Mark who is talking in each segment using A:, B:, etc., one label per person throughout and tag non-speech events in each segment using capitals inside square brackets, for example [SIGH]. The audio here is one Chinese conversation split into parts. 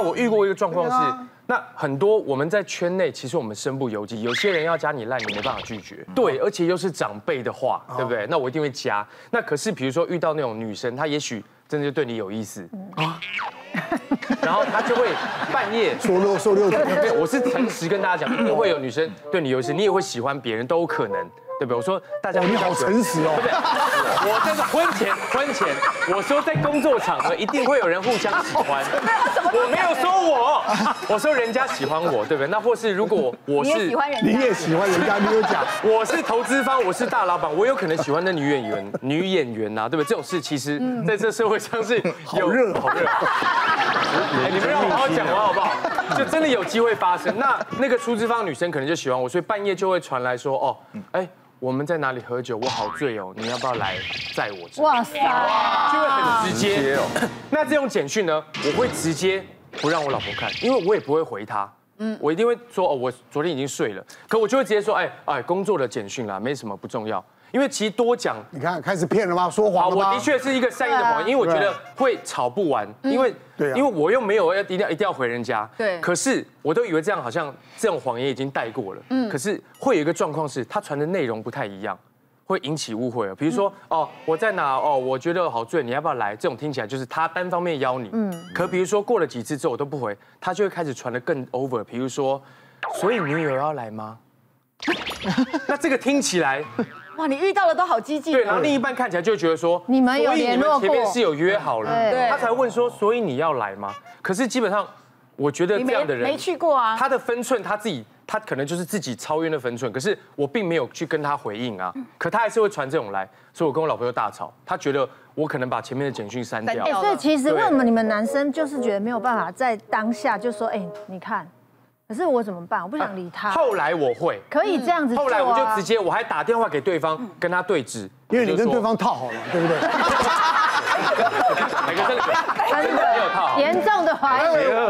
A: 我遇过一个状况
B: 对
A: 是
B: 啊，
A: 那很多我们在圈内，其实我们身不由己，有些人要加你赖，你没办法拒绝，
C: 嗯
A: 对，而且又是长辈的话，
C: 哦
A: 对不对？那我一定会加。那可是比如说遇到那种女生，她也许真的就对你有意思
C: 嗯
A: 啊， [LAUGHS] 然后她就会半夜
C: 说六说六点，
A: 没有，我是诚实跟大家讲，一定会有女生对你有意思，你也会喜欢别人，都有可能，对不对？我说大家
C: 哦，你
A: 不
C: 好
A: 要觉得
C: 诚实哦。
A: 我在婚前婚前，我说在工作场合一定会有人互相喜
D: [LAUGHS]
A: 欢。我没有说我，我说人家喜欢我，对不对？那或是如果我
D: 你也
A: 是
D: 喜欢人
C: 你
D: 家，
C: 也喜欢人家，你有讲，
A: 我是投资方，我是大老板，我有可能喜欢那女演员 [LAUGHS] 女演员啊呐、对不对？这种事其实
D: 嗯
A: 在这社会上是有
C: 热
A: 好热。哎你们让我好好讲话好不好？ [LAUGHS] 就真的有机会发生。那那个出资方女生可能就喜欢我，所以半夜就会传来说，哦，哎，我们在哪里喝酒？我好醉哦，你要不要来载我？
D: 哇塞，
A: 就会很直接。哦 [COUGHS] 那这种简讯呢，我会直接不让我老婆看，因为我也不会回她。嗯，我一定会说哦，我昨天已经睡了，可我就会直接说，哎哎，工作的简讯啦，没什么不重要。因为其实多讲
C: 你看开始骗了吗？说
A: 啊，
C: 谎了
A: 我
C: 吗？
A: 的确是一个善意的谎言，因为我觉得会吵不完，因为
C: 对啊
A: 因为我又没有要一定要一定要回人家，
D: 对
A: 可是我都以为这样好像这种谎言已经带过了，嗯，可是会有一个状况是，他传的内容不太一样。会引起误会哦，比如说、哦，我在哪哦，我觉得好醉，你要不要来？这种听起来就是他单方面邀你，嗯。可比如说过了几次之后我都不回，他就会开始传的更 over，比如说，所以你有要来吗？那这个听起来
D: 哇，你遇到的都好激进
A: 对，
D: 哦，
A: 然后另一半看起来就会觉得说，
E: 你们有
A: 所以
E: 联络
A: 你们前面
E: 过嗯
A: 是有约好了，
E: 对
A: 他才问说，所以你要来吗？可是基本上，我觉得
D: 你
A: 这
D: 没
A: 样的人
D: 没去过啊，
A: 他的分寸他自己，他可能就是自己超越那分寸，可是我并没有去跟他回应
D: 嗯
A: 啊，可他还是会传这种来，所以我跟我老婆就大吵，他觉得我可能把前面的简讯删
D: 删
A: 掉，
D: 掉
E: 哎所以其实为什么你们男生就是觉得没有办法在当下就说，哎，你看，可是我怎么办？我不想理他。
A: 后来我会，
E: 可以这样子做啊。
A: 后来我就直接我还打电话给对
D: 嗯
A: 方跟他对峙，
C: 因为你跟
A: 我就
C: 对
A: 说
C: 方套好了，对不对？
A: 哪个真
D: [LAUGHS]
A: 的
E: 真
A: 没有套好
D: 嗯
E: 的严重的怀疑。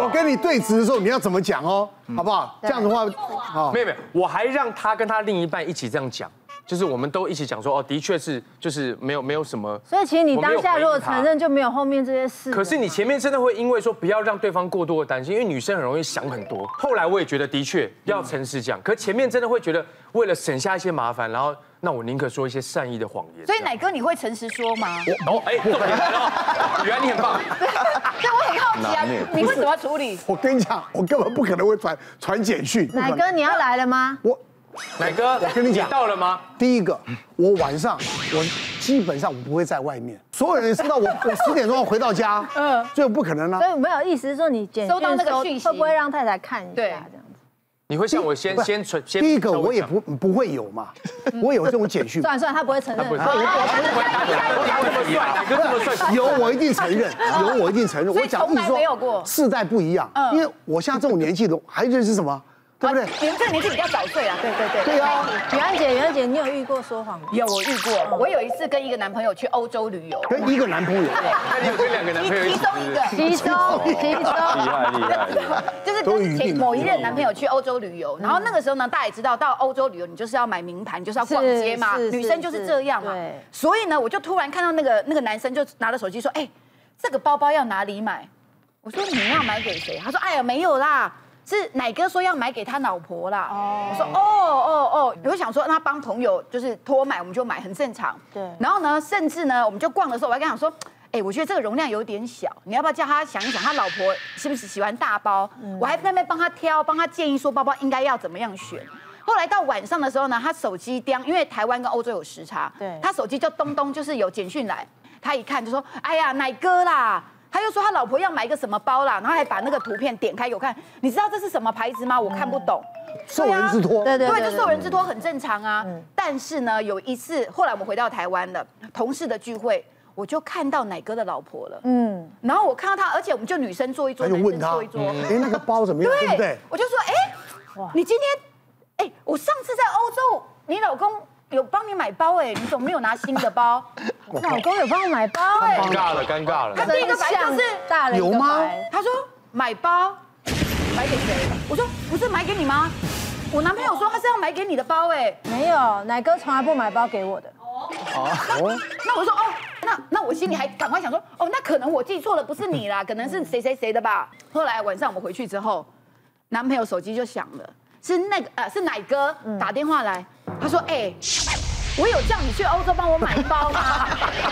C: 我跟你对质的时候，你要怎么讲哦，
A: 嗯
C: 好不好？这样的话，好
A: 没，有没有，我还让他跟他另一半一起这样讲，就是我们都一起讲说，哦，的确是，就是没有没有什么。
E: 所以其实你
A: 我没有
E: 当下如果
A: 回应他
E: 承，认，就没有后面这些事了。
A: 可是你前面真的会因为说不要让对方过多的担心，因为女生很容易想很多。后来我也觉得的确要诚实讲，可前面真的会觉得为了省下一些麻烦，然后那我宁可说一些善意的谎言。
D: 所以奶哥你会诚实说吗？
A: 我哦哎，重点来了哦，原来你很棒。
D: 对，我很好奇啊，你会怎么处理？
C: 我跟你讲，我根本不可能会传传简讯。不可
E: 奶
C: 能
E: 哥，你要来了吗？
C: 我
A: 奶哥，我
C: 跟你讲
A: 到了吗？
C: 第一个，我晚上我基本上我不会在外面，所有人知道我我十点钟要回到家，嗯，这不可能啊
E: 所。以没有意思是说你简讯
D: 收到那个讯息
E: 会不会让太太看一下这
D: 对
E: 样子？
A: 你会像我先先存先。
C: 第一个
A: 稍微
C: 我也
A: 想
C: 不不会有嘛，我有这种简讯吗。
E: 算了算了，他不会承认。
A: 不是，我不回答你，他这么帅，奶哥这么帅，
C: [LAUGHS] 有我一定承
D: [LAUGHS]
C: 认，有我一定承认。
D: 所以
C: 我讲
D: 从
C: 的
D: 来
C: 是说
D: 没有过嗯
C: 世代不一样，因为我像这种年纪的，还认识什
D: [LAUGHS]
C: 么，对不对？
D: 啊你们这个年纪比较早睡啊，对对对。
C: 对啊，
E: 袁安姐，袁安姐，你有遇过说谎吗？
D: 有我遇
C: 嗯
D: 过，我有一次跟一个男朋友去欧洲旅游，
C: 跟哎一个男朋友，
A: 那你有跟两个男
D: 其
A: 朋友一
D: 其
A: 起
D: 中一个
E: 其中，其
D: [LAUGHS]
E: 中，
F: 害厉害厉害！
D: 就是
C: 都
D: 跟
C: 一
D: 前
C: 定
D: 某一任男朋友去欧洲旅游，然后那个时候呢，大家也知道，到欧洲旅游你就是要买名牌，你就是要逛街嘛，
E: 是是
D: 女生就是这样嘛
E: 是对。
D: 所以呢，我就突然看到那个那个男生就拿着手机说：“哎，这个包包要哪里买？”我说：“你要买给谁？”他说：“哎呀，没有啦。”是奶哥说要买给他老婆啦，我说哦哦哦，我就想说那帮朋友就是托买，我们就买，很正常。
E: 对
D: 然后呢，甚至呢，我们就逛的时候，我还跟他讲说，哎、我觉得这个容量有点小，你要不要叫他想一想，他老婆是不是喜欢大包？我还在那边帮他挑，帮他建议说包包应该要怎么样选。后来到晚上的时候呢，他手机叮，因为台湾跟欧洲有时差，
E: 对
D: 他手机就咚咚，就是有简讯来，他一看就说，哎呀，奶哥啦。他又说他老婆要买一个什么包啦，然后还把那个图片点开给我看，你知道这是什么牌子吗？我看不懂。
C: 受人之托。
E: 对对
D: 对，就受人之托很正常啊。但是呢，有一次，后来我们回到台湾了，同事的聚会，我就看到奶哥的老婆了。
E: 嗯，
D: 然后我看到他，而且我们就女生坐一桌，
C: 他就
D: 男
C: 问
D: 生
C: 他
D: 坐一，桌。
C: 哎，那个包怎么样，对不对？
D: 我就说，哎，你今天，哎，我上次在欧洲，你老公有帮你买包，哎，你怎么没有拿新的包？
E: 老公有帮我买包哎，
A: 尴尬了，尴尬
D: 他
A: 了。
D: 第一个反应就是
E: 大人
C: 有吗
D: 他说买包，买给谁？我说不是买给你吗？我男朋友说他是要买给你的包，哎。
E: 没有，奶哥从来不买包给我的。
D: 那我就说哦，那那我心里还赶快想说，哦，那可能我记错了，不是你啦，可能是谁谁谁的吧。后来晚上我们回去之后，男朋友手机就响了，是那个呃是奶哥打电话来，他说，哎、我有叫你去欧洲帮我买包吗？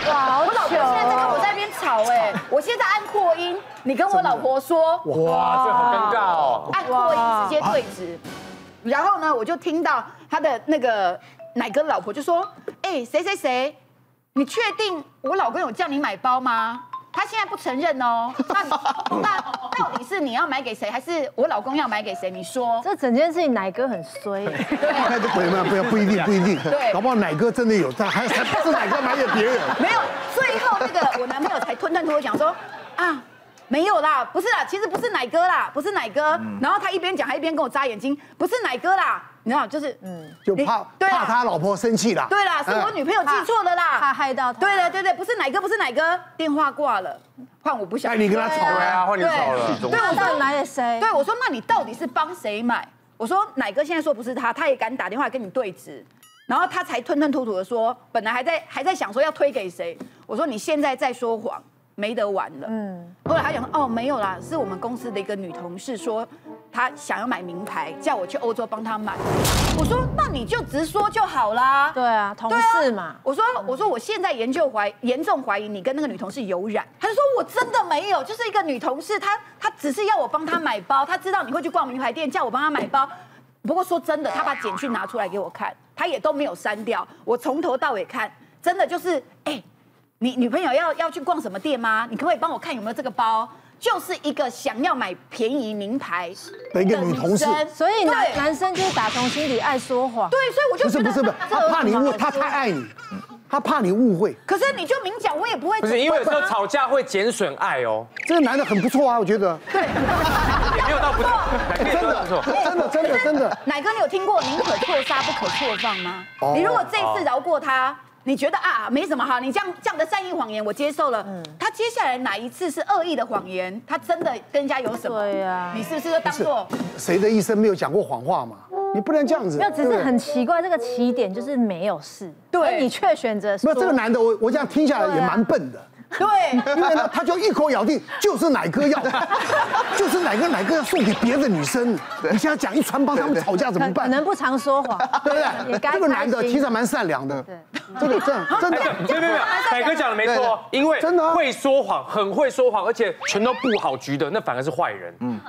D: 哇，我老婆现在在跟我在那边吵哎、我现在按扩音，你跟我老婆说，
A: 哇，这好尴尬哦。
D: 按扩音直接对直。然后呢，我就听到他的那个奶哥老婆就说：“哎，谁谁谁，你确定我老公有叫你买包吗？”他现在不承认哦，那 [LAUGHS] 你那到底是你要买给谁，还是我老公要买给谁？你说，
E: 这整件事情奶哥很衰，
C: 那就不不不不一定不一定
D: 对，
C: 搞不好奶哥真的有，但还还不是奶哥买给别人。
D: 没有，最后那个我男朋友才吞吞吐吐讲说啊。没有啦，不是啦，其实不是奶哥啦，不是奶哥。
C: 嗯
D: 然后他一边讲，还一边跟我眨眼睛，不是奶哥啦，你知道，就是嗯，
C: 就
D: [LAUGHS] 你
C: 怕
D: 对
C: 怕
D: 啊
C: 他老婆生气啦。哎
D: 对啦，是我女朋友记错了啦，
E: 怕害到他。
D: 对了对对，不是奶哥，不是奶哥，电话挂了，换我不想。
C: 哎你跟他吵
A: 对
C: 了，
A: 啊，换你
D: 对
A: 吵了。
D: 对，
E: 那
D: 我
E: 到底
D: 说
E: 买给谁？
D: 对，我说那你到底是帮谁买？我说奶哥现在说不是他，他也敢打电话跟你对质，然后他才吞吞吐吐的说，本来还在还在想说要推给谁，我说你现在在说谎，没得玩了。嗯，后来他讲说哦没有啦，是我们公司的一个女同事说她想要买名牌，叫我去欧洲帮她买。我说那你就直说就好啦。
E: 对啊，同
D: 对
E: 事嘛
D: 啊。，我说我说我现在研究怀严重怀疑你跟那个女同事有染，他就说我真的没有，就是一个女同事，她她只是要我帮她买包，她知道你会去逛名牌店，叫我帮她买包。不过说真的，她把简讯拿出来给我看，她也都没有删掉，我从头到尾看，真的就是哎、你女朋友要要去逛什么店吗？你可不可以帮我看有没有这个包？就是一个想要买便宜名牌
C: 的一个女同事
D: 生
E: 所以男
D: 对
E: 男生就是打从心底爱说谎。
D: 对，所以我就
C: 不是
D: 觉得
C: 不是不是，他怕你误，他太爱你，他怕你误会。
D: 可是你就明讲，我也不会
A: 不是，因为有时候
D: 啊
A: 吵架会减损爱哦，
C: 这个男的很不错啊，我觉
D: [LAUGHS]
C: 得，
A: 也没有到不 [LAUGHS] 太，
C: 真的，真的，真的，真的，
D: 奶哥，你有听过宁可错杀不可错放吗
C: 哦？
D: 你如果这次饶过他，你觉得啊没什么哈，你这样这样的善意谎言我接受了。他接下来哪一次是恶意的谎言？他真的跟人家有什么？
E: 对呀
D: 你是不是就当
C: 是
D: 做
C: 谁的一生没有讲过谎话嘛？你不能这样子，
E: 没有，只
C: 对
E: 是
C: 不对
E: 很奇怪，这个起点就是没有事，
D: 对
E: 而你却选择
C: 没
E: 说啊
C: 有这个男的，我我这样听下来也蛮笨的。
D: 对？
C: 因为呢，他就一口咬定就是哪哥
E: [LAUGHS]
C: 要，就是哪个哪个要送给别的女生。你现在讲一传帮他们吵架怎么
E: 可
C: 办？
E: 能不常说谎，
C: 对
E: 也
C: 不对？
E: 该
C: 这个男的
E: 开心
C: 其实还蛮善良的，
E: 对
C: 这个真真的
A: 哎，对
D: [LAUGHS]
A: 没有没有，凯哥讲的没错，哦因为
C: 真的啊
A: 会说谎，很会说谎，而且全都布好局的，那反而是坏人。嗯，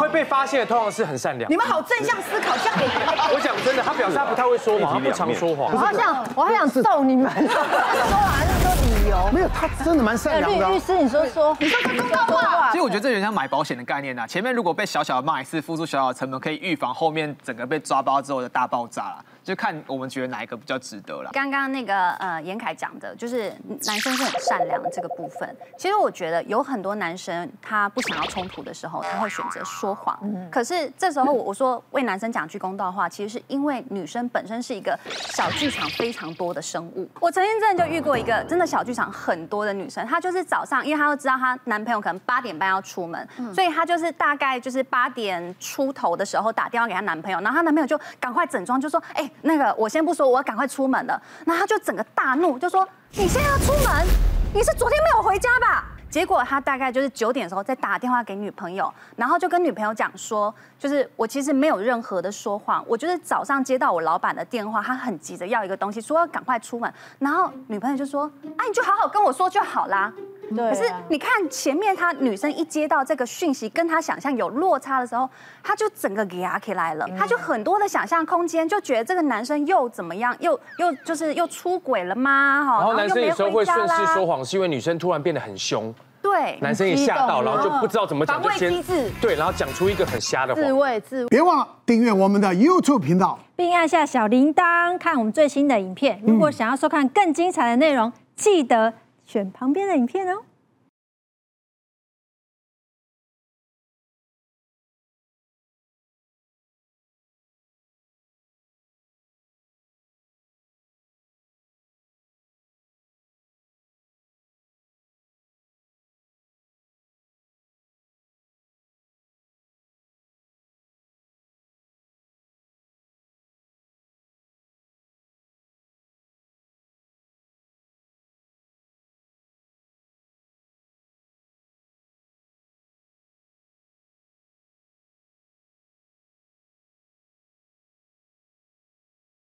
A: 会被发现的通常是很善良
D: 哦你。们好正向思考，像给
A: 我讲真的，他表示他不太会说谎，他不常说
E: 我
D: 啊
A: 谎。
E: 好想，我好想揍你们。说谎还是说理由？
C: 没有，他真的蛮
G: 哎
C: 善良的啊
E: 律律。师，你说说，你说这公道话
B: 其实我觉得这有点像买保险的概念呐、啊前面如果被小小的骂一次，付出小小的成本，可以预防后面整个被抓包之后的大爆炸啦。就看我们觉得哪一个比较值得啦。
F: 刚刚那个呃，严凯讲的，就是男生是很善良的这个部分。其实我觉得有很多男生他不想要冲突的时候，他会选择说谎。可是这时候我我说为男生讲句公道话，其实是因为女生本身是一个小剧场非常多的生物。我曾经真的就遇过一个真的小剧场很多的女生，她就是早上，因为她都知道她男朋友可能八点半要出门，所以她就是大概就是八点出头的时候打电话给她男朋友，然后她男朋友就赶快整装，就说：“哎、那个我先不说，我要赶快出门了。”然后她就整个大怒，就说：“你现在要出门？你是昨天没有回家吧？”结果他大概就是九点的时候再打电话给女朋友，然后就跟女朋友讲说，就是我其实没有任何的说谎，我就是早上接到我老板的电话，他很急着要一个东西，说要赶快出门，然后女朋友就说，啊，你就好好跟我说就好啦。
E: 对啊
F: 可是你看前面她女生一接到这个讯息，跟她想象有落差的时候，她就整个给压起来了，她就
A: 嗯
F: 很多的想象空间，就觉得这个男生又怎么样，又又就是又出轨了吗？哈，
A: 然后男生
F: 又没
A: 有时候会
F: 回家
A: 顺势
F: 啦
A: 说谎，是因为女生突然变得很凶，
F: 对，
A: 男生也吓到，然后就不知道怎么讲，
D: 哎防
A: 就
D: 卫机制
A: 对，然后讲出一个很瞎的谎
E: 自。卫自卫，
C: 别忘了订阅我们的 YouTube 频道。
G: 并按下小铃铛看我们最新的影片。如果想要收看更精彩的内容，记得选旁边的影片哦。